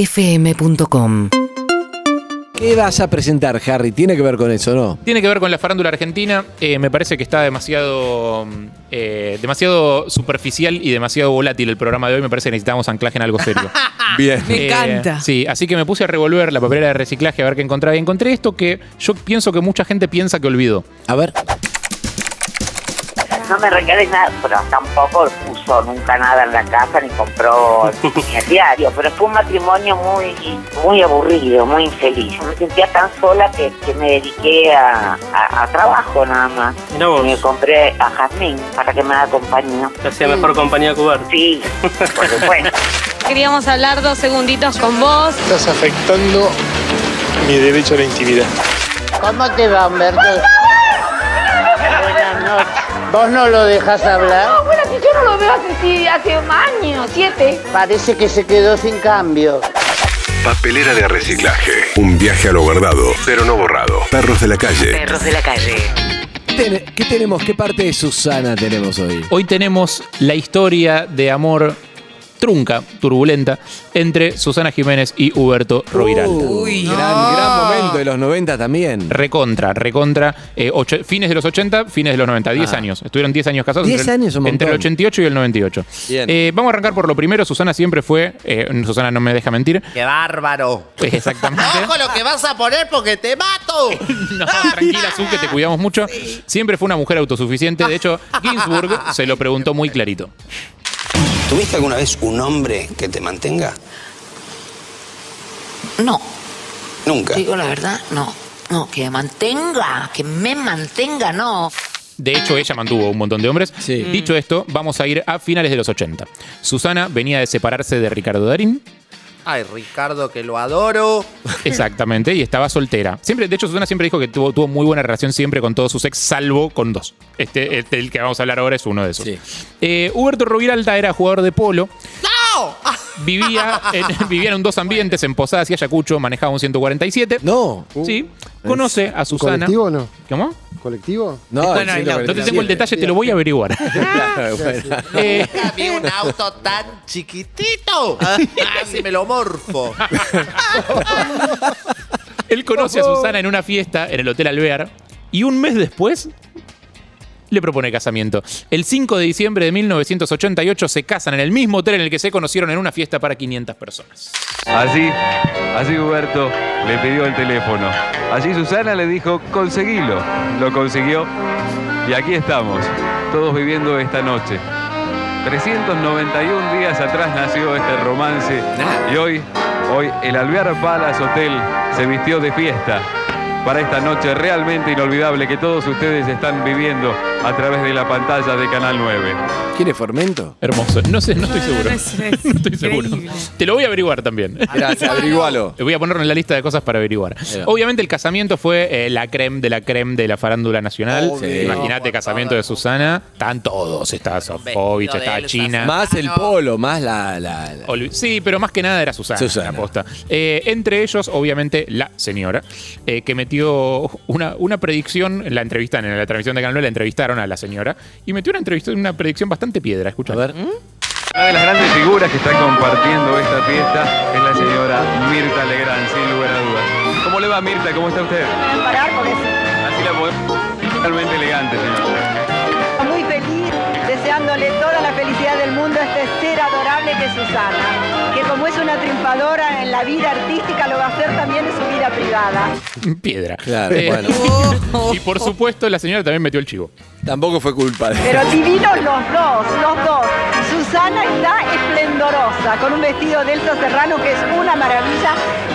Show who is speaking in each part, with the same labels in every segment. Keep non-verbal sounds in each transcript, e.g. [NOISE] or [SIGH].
Speaker 1: urbanaplayfm.com
Speaker 2: ¿Qué vas a presentar, Harry? Tiene que ver con eso, ¿no?
Speaker 3: Tiene que ver con la farándula argentina. Eh, me parece que está demasiado, mm, eh, demasiado superficial y demasiado volátil el programa de hoy. Me parece que necesitamos anclaje en algo serio.
Speaker 2: Bien.
Speaker 4: Me
Speaker 3: Eh,
Speaker 4: encanta.
Speaker 3: Sí, así que me puse a revolver la papelera de reciclaje a ver qué encontraba. Y encontré esto que yo pienso que mucha gente piensa que olvidó.
Speaker 2: A ver.
Speaker 5: No me regalé nada, pero tampoco puso nunca nada en la casa ni compró ni el diario. Pero fue un matrimonio muy muy aburrido, muy infeliz. Me sentía tan sola que, que me dediqué a, a- a trabajo nada más.
Speaker 6: Mirá vos.
Speaker 5: Me compré a Jazmín para que me haga compañía.
Speaker 6: Te hacía mejor compañía cubana.
Speaker 5: Sí, por supuesto.
Speaker 7: Queríamos hablar dos segunditos con vos.
Speaker 8: Estás afectando mi derecho a la intimidad.
Speaker 9: ¿Cómo te va, Humberto? Buenas noches. ¿Vos no lo dejas hablar?
Speaker 7: Bueno, si yo no lo veo hace, sí, hace años, siete.
Speaker 9: Parece que se quedó sin cambio.
Speaker 10: Papelera de reciclaje. Un viaje a lo guardado, pero no borrado. Perros de la calle.
Speaker 1: Perros de la calle.
Speaker 2: Tene- ¿Qué tenemos? ¿Qué parte de Susana tenemos hoy?
Speaker 3: Hoy tenemos la historia de amor trunca, turbulenta, entre Susana Jiménez y Huberto Roviralda.
Speaker 2: Uy, gran, gran momento de los 90 también.
Speaker 3: Recontra, recontra. eh, ocho- fines de los 80, fines de los 90, 10
Speaker 2: Ah.
Speaker 3: años. Estuvieron 10 años casados.
Speaker 2: 10
Speaker 3: entre, el-
Speaker 2: años, un
Speaker 3: Entre el
Speaker 2: montón.
Speaker 3: 88 y el 98.
Speaker 2: Bien.
Speaker 3: Eh, vamos a arrancar por lo primero. Susana siempre fue. eh, Susana no me deja mentir.
Speaker 9: ¡Qué bárbaro!
Speaker 3: Exactamente.
Speaker 9: [LAUGHS] ¡Ojo lo que vas a poner porque te mato!
Speaker 3: [LAUGHS] No, tranquila, Su, que te cuidamos mucho. Siempre fue una mujer autosuficiente.
Speaker 9: [LAUGHS]
Speaker 3: De hecho, Ginsburg se lo preguntó muy clarito.
Speaker 8: ¿Tuviste alguna vez un hombre que te mantenga?
Speaker 4: No,
Speaker 8: Nunca.
Speaker 4: digo la verdad, no. No, que mantenga, que me mantenga, no.
Speaker 3: De hecho, ella mantuvo un montón de hombres.
Speaker 2: Sí.
Speaker 3: Dicho esto, vamos a ir a finales de los 80. Susana venía de separarse de Ricardo Darín.
Speaker 9: Ay, Ricardo, que lo adoro.
Speaker 3: [LAUGHS] Exactamente, y estaba soltera. Siempre, de hecho, Susana siempre dijo que tuvo, tuvo muy buena relación siempre con todos sus ex, salvo con dos. Este, este, el que vamos a hablar ahora es uno de esos.
Speaker 2: Sí.
Speaker 3: Eh, Huberto Roviralta era jugador de polo.
Speaker 9: [LAUGHS]
Speaker 3: Vivía en, [LAUGHS] vivía en dos ambientes, en Posadas y Ayacucho, manejaba un 147.
Speaker 2: No. Uh,
Speaker 3: Sí. Conoce a Susana.
Speaker 8: ¿Colectivo o no?
Speaker 3: ¿Cómo?
Speaker 8: ¿Colectivo?
Speaker 2: No,
Speaker 3: Bueno,
Speaker 2: el
Speaker 3: no te tengo el
Speaker 2: 147.
Speaker 3: detalle, te lo voy a
Speaker 4: [LAUGHS]
Speaker 3: averiguar.
Speaker 2: [LAUGHS] Claro, bueno.
Speaker 3: Eh,
Speaker 9: Nunca vi un auto tan chiquitito. Casi me lo morfo.
Speaker 3: Él conoce a Susana en una fiesta en el Hotel Alvear y un mes después le propone casamiento. El 5 de diciembre de 1988 se casan en el mismo hotel en el que se conocieron en una fiesta para 500 personas.
Speaker 11: Así, así Huberto le pidió el teléfono. Así Susana le dijo, conseguilo. Lo consiguió y aquí estamos, todos viviendo esta noche. 391 días atrás nació este romance y hoy, hoy el Alvear Palace Hotel se vistió de fiesta para esta noche realmente inolvidable que todos ustedes están viviendo a través de la pantalla de Canal 9.
Speaker 2: ¿Quién es Formento?
Speaker 3: Hermoso. No sé, no estoy seguro.
Speaker 4: Ah, no es- es
Speaker 3: [LAUGHS] No estoy seguro.
Speaker 4: increíble.
Speaker 3: Te lo voy a averiguar también. Ah,
Speaker 2: Gracias, averigualo.
Speaker 3: Voy a ponerlo en la lista de cosas para averiguar.
Speaker 2: va.
Speaker 3: Obviamente el casamiento fue eh, la creme de la creme de la farándula nacional.
Speaker 2: Obvio.
Speaker 3: Imagínate casamiento de Susana. Están todos. Estaba Sofovich,
Speaker 9: de
Speaker 3: estaba
Speaker 9: él,
Speaker 3: China.
Speaker 2: Más el polo, más la. la- la-
Speaker 3: Olvi- Sí, pero más que nada era Susana.
Speaker 2: Susana.
Speaker 3: la posta. Eh, entre ellos, obviamente, la señora, eh, que metió una, una predicción, la entrevistan en la transmisión de Canal 9, la entrevistaron a la señora, y metió una, entrevista, una predicción bastante piedra, escucha.
Speaker 2: A ver.
Speaker 11: Una de las grandes figuras que está compartiendo esta fiesta es la señora Mirta Legrand, sin lugar a dudas. ¿Cómo le va Mirta? ¿Cómo está usted? Así la podemos. Realmente elegante, señora.
Speaker 7: Muy feliz, deseándole toda la felicidad del mundo a este ser adorable que es Susana, que como es una triunfadora en la vida artística, lo va a hacer también en su vida privada.
Speaker 3: [LAUGHS] Piedra.
Speaker 2: Claro,
Speaker 3: Eh,
Speaker 2: bueno.
Speaker 3: [LAUGHS] Y por supuesto, la señora también metió el chivo.
Speaker 2: Tampoco fue culpa [LAUGHS] de.
Speaker 7: Pero divinos los dos, los dos. Susana está esplendorosa, con un vestido de Elsa Serrano que es una maravilla.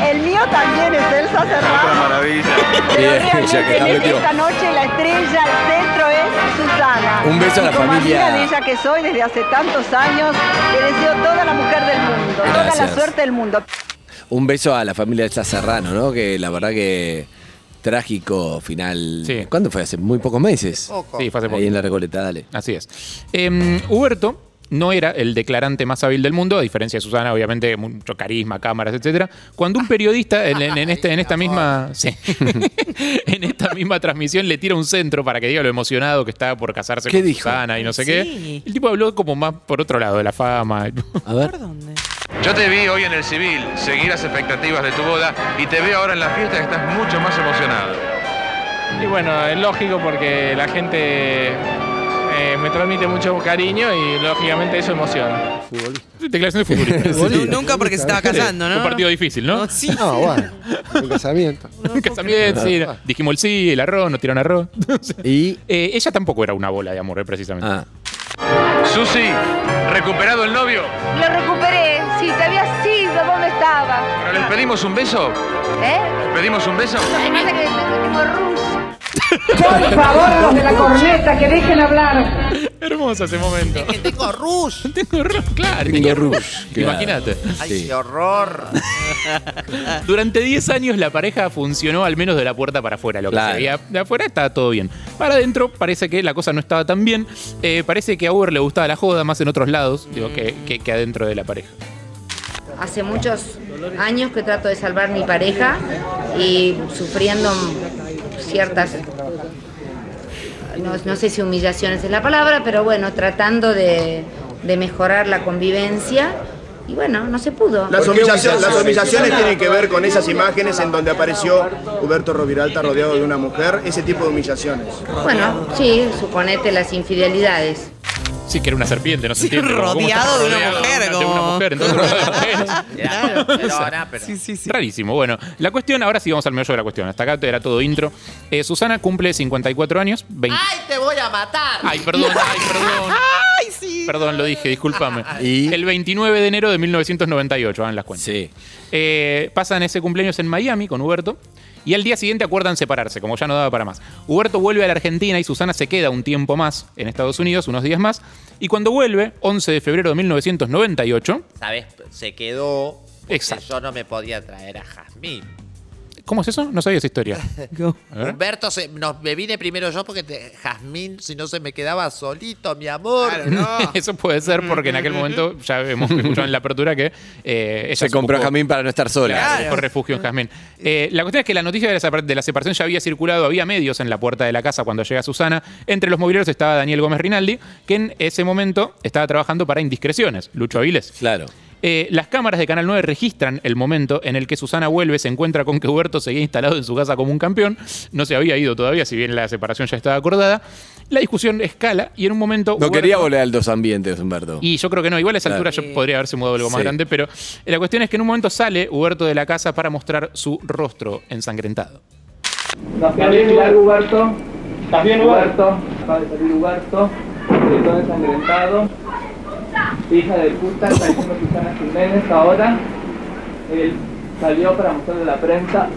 Speaker 7: El mío también es Elsa
Speaker 11: Otra
Speaker 7: Serrano.
Speaker 11: maravilla.
Speaker 7: Pero
Speaker 2: Bien, [LAUGHS]
Speaker 7: realmente
Speaker 2: ya que la
Speaker 7: en
Speaker 2: metió.
Speaker 7: esta noche la estrella, el centro es Susana.
Speaker 2: Un beso a la
Speaker 7: Y como
Speaker 2: familia.
Speaker 7: amiga de ella que soy desde hace tantos años, le deseo toda la mujer del mundo, toda
Speaker 2: Gracias.
Speaker 7: la suerte del mundo.
Speaker 2: Un beso a la familia Elsa Serrano, ¿no? Que la verdad que. Trágico final.
Speaker 3: Sí. Oh.
Speaker 2: ¿Cuándo fue? Hace muy pocos meses.
Speaker 3: Sí, fue hace poco.
Speaker 2: Ahí en la Recoleta, dale.
Speaker 3: Así es. Em, Huberto no era el declarante más hábil del mundo, a diferencia de Susana, obviamente, mucho carisma, cámaras, etcétera. Cuando un periodista en, en- en este- en esta misma sí. [LAUGHS] en esta misma transmisión le tira un centro para que diga lo emocionado que está por casarse
Speaker 2: ¿Qué
Speaker 3: con
Speaker 2: dijo?
Speaker 3: Susana y no sé
Speaker 4: Sí.
Speaker 3: qué. El tipo habló como más por otro lado de la fama.
Speaker 2: A ver.
Speaker 4: dónde?
Speaker 11: Yo te vi hoy en el civil seguir las expectativas de tu boda y te veo ahora en la fiesta que estás mucho más emocionado.
Speaker 1: Y bueno, es lógico porque la gente eh, me transmite mucho cariño y lógicamente eso emociona.
Speaker 3: Declaración de futbolista.
Speaker 6: Boludo, Nunca porque se estaba casando, ¿no?
Speaker 3: Un partido difícil, ¿no?
Speaker 6: sí.
Speaker 8: Ah,
Speaker 12: No, bueno. Un casamiento.
Speaker 3: [LAUGHS] Nunca también, sí. no. Dijimos el sí, el arroz, nos tiraron arroz.
Speaker 2: Y.
Speaker 3: Eh, ella tampoco era una bola de amor, eh, precisamente.
Speaker 2: Ah.
Speaker 11: Susi, ¿recuperado el novio?
Speaker 7: Lo recuperé, sí, te había sido, vos no estabas.
Speaker 11: ¿Pero les pedimos un beso?
Speaker 7: ¿Eh?
Speaker 11: ¿Les pedimos un beso?
Speaker 7: Lo que pasa es que tengo ruso.
Speaker 5: Por favor, los de la corneta, que dejen hablar.
Speaker 3: Hermoso ese momento.
Speaker 9: Que tengo rush.
Speaker 3: [LAUGHS] Tengo horror, claro.
Speaker 2: Tengo
Speaker 3: tenía
Speaker 2: rush, claro.
Speaker 3: [LAUGHS] Imagínate.
Speaker 9: Ay,
Speaker 2: Sí.
Speaker 9: qué horror.
Speaker 3: Durante 10 años la pareja funcionó al menos de la puerta para afuera. Lo que
Speaker 2: Claro.
Speaker 3: se veía de afuera estaba todo bien. Para adentro parece que la cosa no estaba tan bien. Eh, parece que a Uber le gustaba la joda más en otros lados
Speaker 9: Mm.
Speaker 3: digo, que, que- que adentro de la pareja.
Speaker 13: Hace muchos años que trato de salvar mi pareja y sufriendo ciertas, no, no sé si humillaciones es la palabra, pero bueno, tratando de, de mejorar la convivencia y bueno, no se pudo.
Speaker 14: Las, humillaciones, las humillaciones tienen que ver con esas imágenes en donde apareció Huberto Roviralta rodeado de una mujer, ese tipo de humillaciones.
Speaker 13: Bueno, sí, suponete las infidelidades.
Speaker 3: Sí, que era una serpiente, no se entiende. como, ¿cómo estás
Speaker 6: Rodeado de una
Speaker 3: rodeado
Speaker 6: mujer,
Speaker 3: de una
Speaker 6: como.
Speaker 3: mujer? Entonces, [LAUGHS]
Speaker 9: Claro, pero ahora, pero.
Speaker 6: Sí, sí, sí.
Speaker 3: Rarísimo. Bueno, la cuestión, ahora sí vamos al meollo de la cuestión. Hasta acá era todo intro. Eh, Susana cumple 54 años. 20.
Speaker 9: ¡Ay, te voy a matar!
Speaker 3: Ay, perdón, ay, perdón.
Speaker 6: Ay, sí.
Speaker 3: Perdón, lo dije, discúlpame.
Speaker 2: Y-
Speaker 3: El 29 de enero de 1998, hagan las cuentas.
Speaker 2: Sí.
Speaker 3: Eh, pasan ese cumpleaños en Miami con Huberto y al día siguiente acuerdan separarse, como ya no daba para más. Huberto vuelve a la Argentina y Susana se queda un tiempo más en Estados Unidos, unos días más, y cuando vuelve, 11 de febrero de 1998,
Speaker 9: ¿Sabes? Se quedó. porque
Speaker 3: Exacto.
Speaker 9: Yo no me podía traer a Jazmín.
Speaker 3: ¿cómo es eso? No sabía esa historia. ¿Eh? A
Speaker 2: ¿Eh?
Speaker 3: ver.
Speaker 9: Humberto, se- nos- me vine primero yo porque te- Jazmín, si no se me quedaba solito, mi amor.
Speaker 3: [LAUGHS] Eso puede ser porque en aquel momento ya hemos escuchado en la apertura que eh, ella
Speaker 2: Se compró
Speaker 3: buscó-
Speaker 2: Jamín para no estar sola.
Speaker 3: Claro, buscó refugio en Jazmín. Eh, la cuestión es que la noticia de la, separ- de la separación ya había circulado, había medios en la puerta de la casa cuando llega Susana. Entre los mobileros estaba Daniel Gómez Rinaldi, que en ese momento estaba trabajando para Indiscreciones, Lucho Aviles.
Speaker 2: Claro.
Speaker 3: Eh, las cámaras de Canal 9 registran el momento en el que Susana vuelve, se encuentra con que Huberto seguía instalado en su casa como un campeón, no se había ido todavía, si bien la separación ya estaba acordada. La discusión escala y en un momento...
Speaker 2: No
Speaker 3: Huberto-
Speaker 2: quería volver al dos ambientes, Humberto.
Speaker 3: y yo creo que no, igual a esa
Speaker 2: Claro.
Speaker 3: altura yo podría haberse mudado algo más
Speaker 2: Sí.
Speaker 3: grande, pero eh, la cuestión es que en un momento sale Huberto de la casa para mostrar su rostro ensangrentado.
Speaker 1: ¿Estás bien, Huberto? ¿Estás bien, Huberto? Acaba de salir Huberto, todo ensangrentado. Hija de puta, está diciendo Susana Jiménez ahora. Él salió para mostrarle a la prensa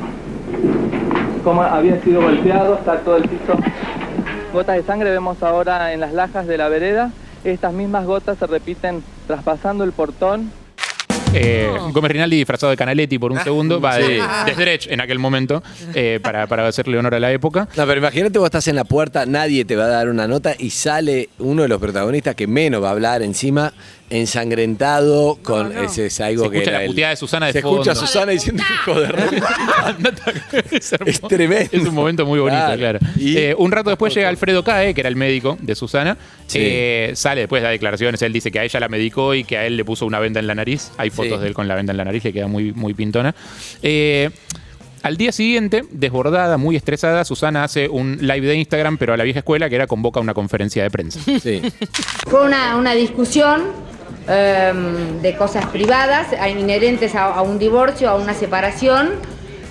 Speaker 1: cómo había sido golpeado, está todo el piso. Gotas de sangre vemos ahora en las lajas de la vereda. Estas mismas gotas se repiten traspasando el portón
Speaker 3: Eh, Gómez Rinaldi disfrazado de Canaletti
Speaker 2: Ah.
Speaker 3: por un segundo, va
Speaker 2: [LAUGHS]
Speaker 3: de, de Stretch en aquel momento, eh, para, para hacerle honor a la
Speaker 2: [LAUGHS]
Speaker 3: época.
Speaker 2: No, pero imagínate vos estás en la puerta, nadie te va a dar una nota y sale uno de los protagonistas que menos va a hablar encima, ensangrentado, con ese es algo
Speaker 3: Se
Speaker 2: que
Speaker 3: escucha
Speaker 2: era
Speaker 3: la
Speaker 2: el-
Speaker 3: puteada de Susana de
Speaker 2: Se escucha a
Speaker 3: fondo.
Speaker 2: Susana diciendo, hijo de re-".
Speaker 3: es, [LAUGHS] hermoso.
Speaker 2: tremendo.
Speaker 3: Es un momento muy bonito,
Speaker 2: Claro.
Speaker 3: claro.
Speaker 2: Y-
Speaker 3: Eh, un rato después llega Alfredo Cae, que era el médico de Susana.
Speaker 2: Sí.
Speaker 3: Eh, sale después de las declaraciones. Él dice que a ella la medicó y que a él le puso una venda en la nariz. Hay fotos
Speaker 2: Sí.
Speaker 3: de él con la venda en la nariz, le queda muy, muy pintona. Eh, al día siguiente, desbordada, muy estresada, Susana hace un live de Instagram, pero a la vieja escuela, que era convoca una conferencia de prensa. [LAUGHS]
Speaker 2: Sí.
Speaker 13: Fue una, una discusión em, de cosas privadas, a- inherentes a, a un divorcio, a una separación.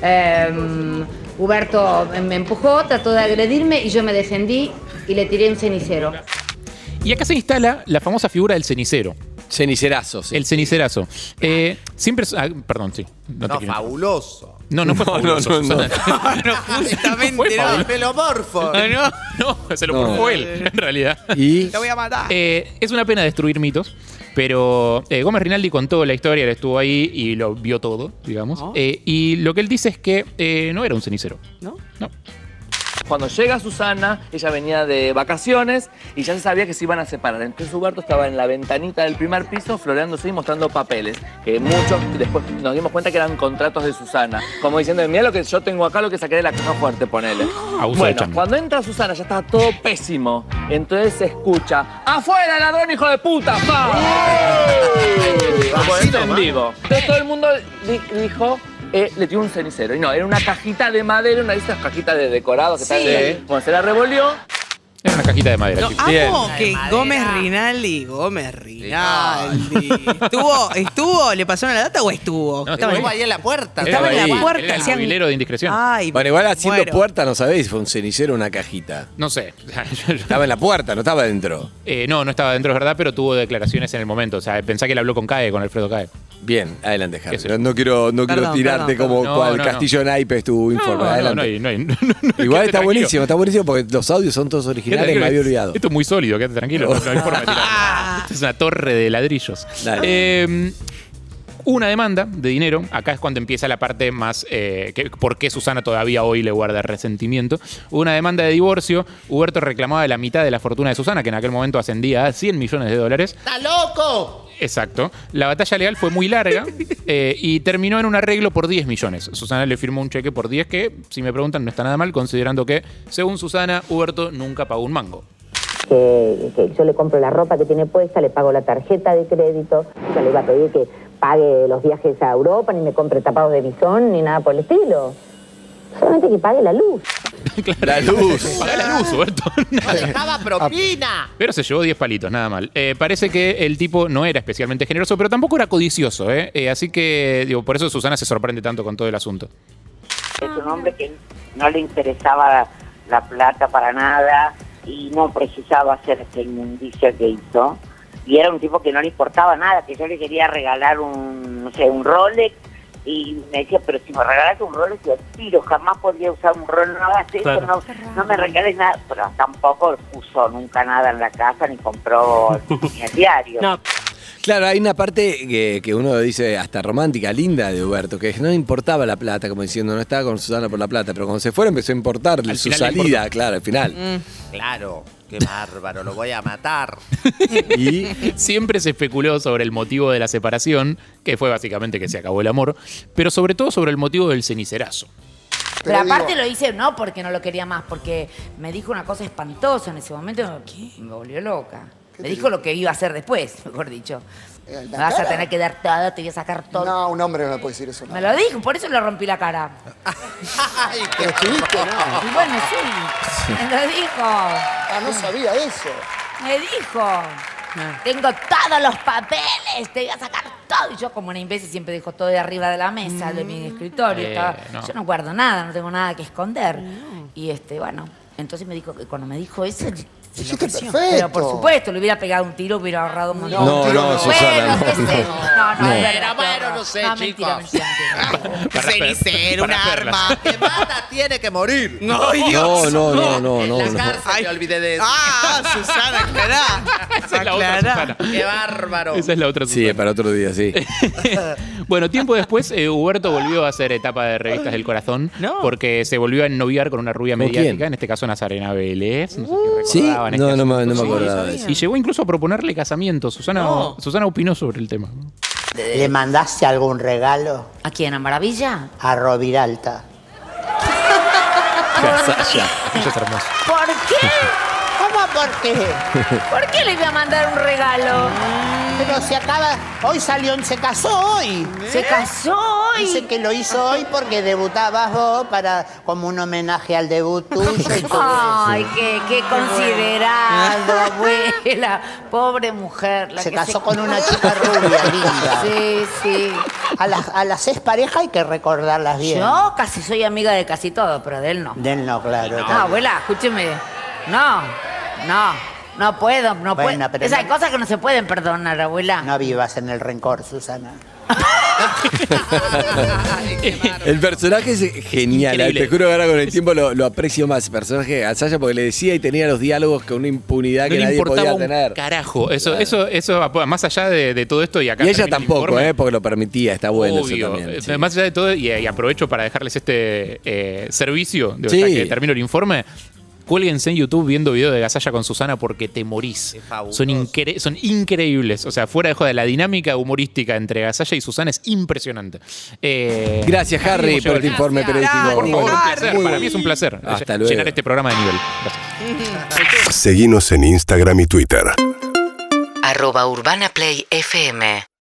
Speaker 13: Em, Huberto em, me empujó, trató de agredirme y yo me defendí y le tiré un cenicero.
Speaker 3: Y acá se instala la famosa figura del cenicero,
Speaker 2: Cenicerazo, sí.
Speaker 3: el cenicerazo. Eh, siempre. es- ah, perdón, sí. No, te
Speaker 9: No,
Speaker 3: quiero-
Speaker 9: fabuloso.
Speaker 3: No, no fue fabuloso,
Speaker 2: no, no.
Speaker 3: Susana. [LAUGHS]
Speaker 6: No, justamente
Speaker 3: Fue
Speaker 6: no.
Speaker 3: Pablo.
Speaker 9: Pelomorfo.
Speaker 6: No,
Speaker 3: No, se lo
Speaker 2: No.
Speaker 3: forjó él, en realidad.
Speaker 2: Y
Speaker 6: Lo voy a matar.
Speaker 3: Eh, es una pena destruir mitos, pero eh, Gómez Rinaldi contó la historia, él estuvo ahí y lo vio todo, digamos.
Speaker 6: Ah.
Speaker 3: Eh, y lo que él dice es que eh, no era un cenicero.
Speaker 6: ¿No?
Speaker 3: No.
Speaker 1: Cuando llega Susana, ella venía de vacaciones y ya se sabía que se iban a separar. Entonces Huberto estaba en la ventanita del primer piso floreándose y mostrando papeles, que muchos después nos dimos cuenta que eran contratos de Susana. Como diciendo, mira lo que yo tengo acá, lo que saqué de la caja fuerte, ponele.
Speaker 3: Abuso de
Speaker 1: bueno,
Speaker 3: chamba.
Speaker 1: cuando entra Susana ya está todo pésimo. Entonces se escucha, ¡afuera ladrón hijo de puta! ¡Pa! vivo.
Speaker 9: Así
Speaker 1: Bueno, en
Speaker 9: nomás.
Speaker 1: vivo. Entonces todo el mundo di- dijo, eh, le tiró un cenicero. Y no, era una cajita de madera, una de esas cajitas de decorado que
Speaker 6: Sí.
Speaker 1: tal. Bueno, se la revolvió.
Speaker 3: Era una cajita de madera,
Speaker 6: Lo
Speaker 3: chicos.
Speaker 6: amo que Gómez Rinaldi, Gómez
Speaker 2: [LAUGHS] Ah,
Speaker 6: Rinaldi. ¿Estuvo, estuvo, le pasaron la data o estuvo?
Speaker 9: Estaba
Speaker 6: Estaba-
Speaker 9: ahí en la puerta.
Speaker 3: Eh,
Speaker 6: Estaba en la puerta.
Speaker 3: Era el
Speaker 6: hacían- Ah.
Speaker 3: mobilero de indiscreción.
Speaker 6: Ay,
Speaker 2: Bueno, igual haciendo
Speaker 6: muero.
Speaker 2: puerta, no sabéis si fue un cenicero o una cajita.
Speaker 3: No sé. [LAUGHS]
Speaker 2: Estaba en la puerta, no estaba adentro.
Speaker 3: Eh, no, no estaba dentro, es verdad, pero tuvo declaraciones en el momento. O sea, pensá que le habló con CAE, con Alfredo CAE.
Speaker 6: Ah,
Speaker 2: Bien, adelante, Harry. No, no quiero, no quiero
Speaker 3: Perdón,
Speaker 2: tirarte
Speaker 3: perdón,
Speaker 2: como
Speaker 3: perdón. No,
Speaker 2: cual
Speaker 3: no,
Speaker 2: Castillo Naipes tu informe.
Speaker 3: no,
Speaker 2: adelante.
Speaker 3: no hay- no hay-
Speaker 2: igual
Speaker 3: quédate
Speaker 2: está
Speaker 3: tranquilo.
Speaker 2: buenísimo, está buenísimo porque los audios son todos originales, me había olvidado.
Speaker 3: Esto es muy sólido, quédate tranquilo. No, no hay forma de tirarlo. Esto es una torre de ladrillos.
Speaker 2: Dale.
Speaker 3: Eh, una demanda de dinero. Acá es cuando empieza la parte más. eh, que- ¿Por qué Susana todavía hoy le guarda resentimiento? Hubo una demanda de divorcio. Huberto reclamaba la mitad de la fortuna de Susana, que en aquel momento ascendía a 100 millones de dólares.
Speaker 9: ¡Está loco!
Speaker 3: Exacto. La batalla legal fue muy
Speaker 9: [LAUGHS]
Speaker 3: larga eh, y terminó en un arreglo por 10 millones. Susana le firmó un cheque por 10 que, si me preguntan, no está nada mal, considerando que, según Susana, Huberto nunca pagó un mango.
Speaker 15: que, que yo le compro la ropa que tiene puesta, le pago la tarjeta de crédito, nunca le iba a pedir que pague los viajes a Europa, ni me compre tapados de bisón, ni nada por el estilo. Solamente que pague la luz.
Speaker 2: La
Speaker 3: [LAUGHS]
Speaker 2: luz.
Speaker 3: Paga la luz,
Speaker 9: [LAUGHS]
Speaker 3: Huberto.
Speaker 9: ¡No dejaba propina!
Speaker 3: Pero se llevó 10 palitos, nada mal. Eh, parece que el tipo no era especialmente generoso, pero tampoco era codicioso, ¿eh? Eh, Así que, digo, por eso Susana se sorprende tanto con todo el asunto.
Speaker 5: Es un hombre que no le interesaba la, la plata para nada y no precisaba hacer esta inmundicia que hizo. Y era un tipo que no le importaba nada, que yo le quería regalar un, no sé, un Rolex y me decía, pero si me regalas un Rolex, yo tiro, jamás podría usar un Rolex, no hagas eso,
Speaker 16: Claro.
Speaker 5: no, no me regales nada. Pero tampoco puso nunca nada en la casa, ni compró ni el diario.
Speaker 2: Claro, hay una parte que, que uno dice hasta romántica, linda de Huberto, que no importaba la plata, como diciendo, no estaba con Susana por la plata, pero cuando se fuera empezó a importarle
Speaker 9: Al
Speaker 2: su
Speaker 9: final le
Speaker 2: salida,
Speaker 9: importó.
Speaker 2: claro, al final.
Speaker 9: Claro, qué bárbaro, lo voy a matar.
Speaker 3: Y siempre se especuló sobre el motivo de la separación, que fue básicamente que se acabó el amor, pero sobre todo sobre el motivo del cenicerazo.
Speaker 13: Pero aparte lo hice no porque no lo quería más, porque me dijo una cosa espantosa en ese momento. Me volvió loca. Me dijo Eh, lo que iba a hacer después, [LAUGHS] mejor dicho. Me vas a
Speaker 17: cara?
Speaker 13: tener que dar todo, te voy a sacar todo.
Speaker 17: No, un hombre no le puede decir eso. no.
Speaker 13: Me lo dijo, por eso le rompí la cara.
Speaker 17: Pero estuviste, ¿no?
Speaker 13: Y bueno, Ah. sí, me lo dijo.
Speaker 17: Ah, no sabía eso.
Speaker 13: Me dijo, tengo todos los papeles, te voy a sacar todo. Y yo como una imbécil siempre dejo todo de arriba de la mesa, de mi escritorio.
Speaker 18: Eh,
Speaker 13: estaba-
Speaker 18: no.
Speaker 13: Yo no guardo nada, no tengo nada que esconder. Y este, bueno, entonces me dijo, que cuando me dijo eso... se enloqueció.
Speaker 17: perfecto.
Speaker 13: Pero por supuesto, le hubiera pegado un tiro, hubiera ahorrado un montón.
Speaker 2: No, no,
Speaker 13: Bueno,
Speaker 2: Susana,
Speaker 13: qué
Speaker 2: no,
Speaker 13: sé yo. No, no,
Speaker 2: no.
Speaker 13: es verdad,
Speaker 9: Pero
Speaker 13: qué
Speaker 9: bueno,
Speaker 13: horror.
Speaker 9: no sé,
Speaker 13: No,
Speaker 9: chicos.
Speaker 13: mentira, mentira.
Speaker 9: Cenicero, un arma.
Speaker 3: [LAUGHS]
Speaker 9: Que mata tiene que morir.
Speaker 2: No, Dios. No, no, no, no,
Speaker 9: En
Speaker 2: no.
Speaker 9: la cárcel me olvidé de eso.
Speaker 6: Ah, Susana, aclará.
Speaker 9: Esa es la
Speaker 6: otra Susana.
Speaker 9: Qué bárbaro.
Speaker 3: Esa es la otra
Speaker 2: Sí, es para otro día, sí.
Speaker 3: Bueno, tiempo después, eh, Huberto volvió a hacer etapa de revistas del corazón porque se volvió a ennoviar con una rubia
Speaker 2: ¿Con
Speaker 3: mediática,
Speaker 2: quién?
Speaker 3: en este caso Nazarena Vélez. No sé si
Speaker 2: ¿Sí?
Speaker 3: recordaban este
Speaker 2: No, no me, no me
Speaker 3: asunto.
Speaker 2: acordaba
Speaker 3: [LAUGHS]
Speaker 2: de eso.
Speaker 3: Y llegó incluso a proponerle casamiento. Susana, Susana opinó sobre el tema.
Speaker 19: ¿Le mandaste algún regalo?
Speaker 13: ¿A quién? ¿A Maravilla?
Speaker 19: A Roviralta.
Speaker 3: Ella es hermosa.
Speaker 13: ¿Por qué?
Speaker 19: ¿Cómo por qué?
Speaker 13: ¿Por qué le voy a mandar un regalo?
Speaker 19: Pero se acaba. Hoy salió, se casó hoy.
Speaker 13: Se casó hoy.
Speaker 19: Dicen que lo hizo hoy porque debutabas vos para, como un homenaje al debut tuyo y todo
Speaker 13: Ay,
Speaker 19: eso.
Speaker 13: qué, qué
Speaker 19: [LAUGHS]
Speaker 13: considerado, abuela. Pobre mujer. la
Speaker 19: Se
Speaker 13: que
Speaker 19: casó con
Speaker 13: [LAUGHS]
Speaker 19: una chica rubia, linda.
Speaker 13: Sí, sí.
Speaker 19: A las, a las ex parejas hay que recordarlas bien.
Speaker 13: Yo casi soy amiga de casi todo, pero de él no.
Speaker 19: Del no, claro.
Speaker 13: No, abuela, escúcheme. No, no, no puedo, no
Speaker 19: Bueno,
Speaker 13: puedo.
Speaker 19: pero
Speaker 13: Esas
Speaker 19: no-
Speaker 13: cosas que no se pueden perdonar, abuela.
Speaker 19: No vivas en el rencor, Susana.
Speaker 2: El personaje es genial. eh,
Speaker 3: Increíble.
Speaker 2: Te juro que ahora con el tiempo lo, lo aprecio más. El personaje a Sasha porque le decía y tenía los diálogos con una impunidad
Speaker 3: No
Speaker 2: que
Speaker 3: le
Speaker 2: nadie
Speaker 3: importaba
Speaker 2: podía
Speaker 3: un
Speaker 2: tener.
Speaker 3: carajo. Eso, eso, eso, más allá de, de todo esto y acá.
Speaker 2: Y ella
Speaker 3: termina el
Speaker 2: tampoco,
Speaker 3: informe.
Speaker 2: ¿eh? Porque lo permitía, está bueno
Speaker 3: Obvio.
Speaker 2: eso también. sí.
Speaker 3: Eh, Más allá de todo, y, y aprovecho para dejarles este eh, servicio, de
Speaker 2: Sí.
Speaker 3: ya que termino el informe. Cuélguense en YouTube viendo videos de Gasalla con Susana porque te morís. Son, incre- son increíbles. O sea, fuera de joda, la dinámica humorística entre Gasalla y Susana es impresionante. Eh,
Speaker 2: Gracias,
Speaker 3: ahí
Speaker 2: Harry,
Speaker 3: hemos
Speaker 2: por
Speaker 3: llegado.
Speaker 2: este informe periodístico.
Speaker 3: Por favor, un placer.
Speaker 2: Muy
Speaker 3: Para
Speaker 2: bueno.
Speaker 3: mí es un placer
Speaker 2: Hasta
Speaker 3: ll-
Speaker 2: luego.
Speaker 3: llenar este programa de nivel. Gracias.
Speaker 10: Seguinos en Instagram y Twitter.
Speaker 20: Arroba Urbana Play FM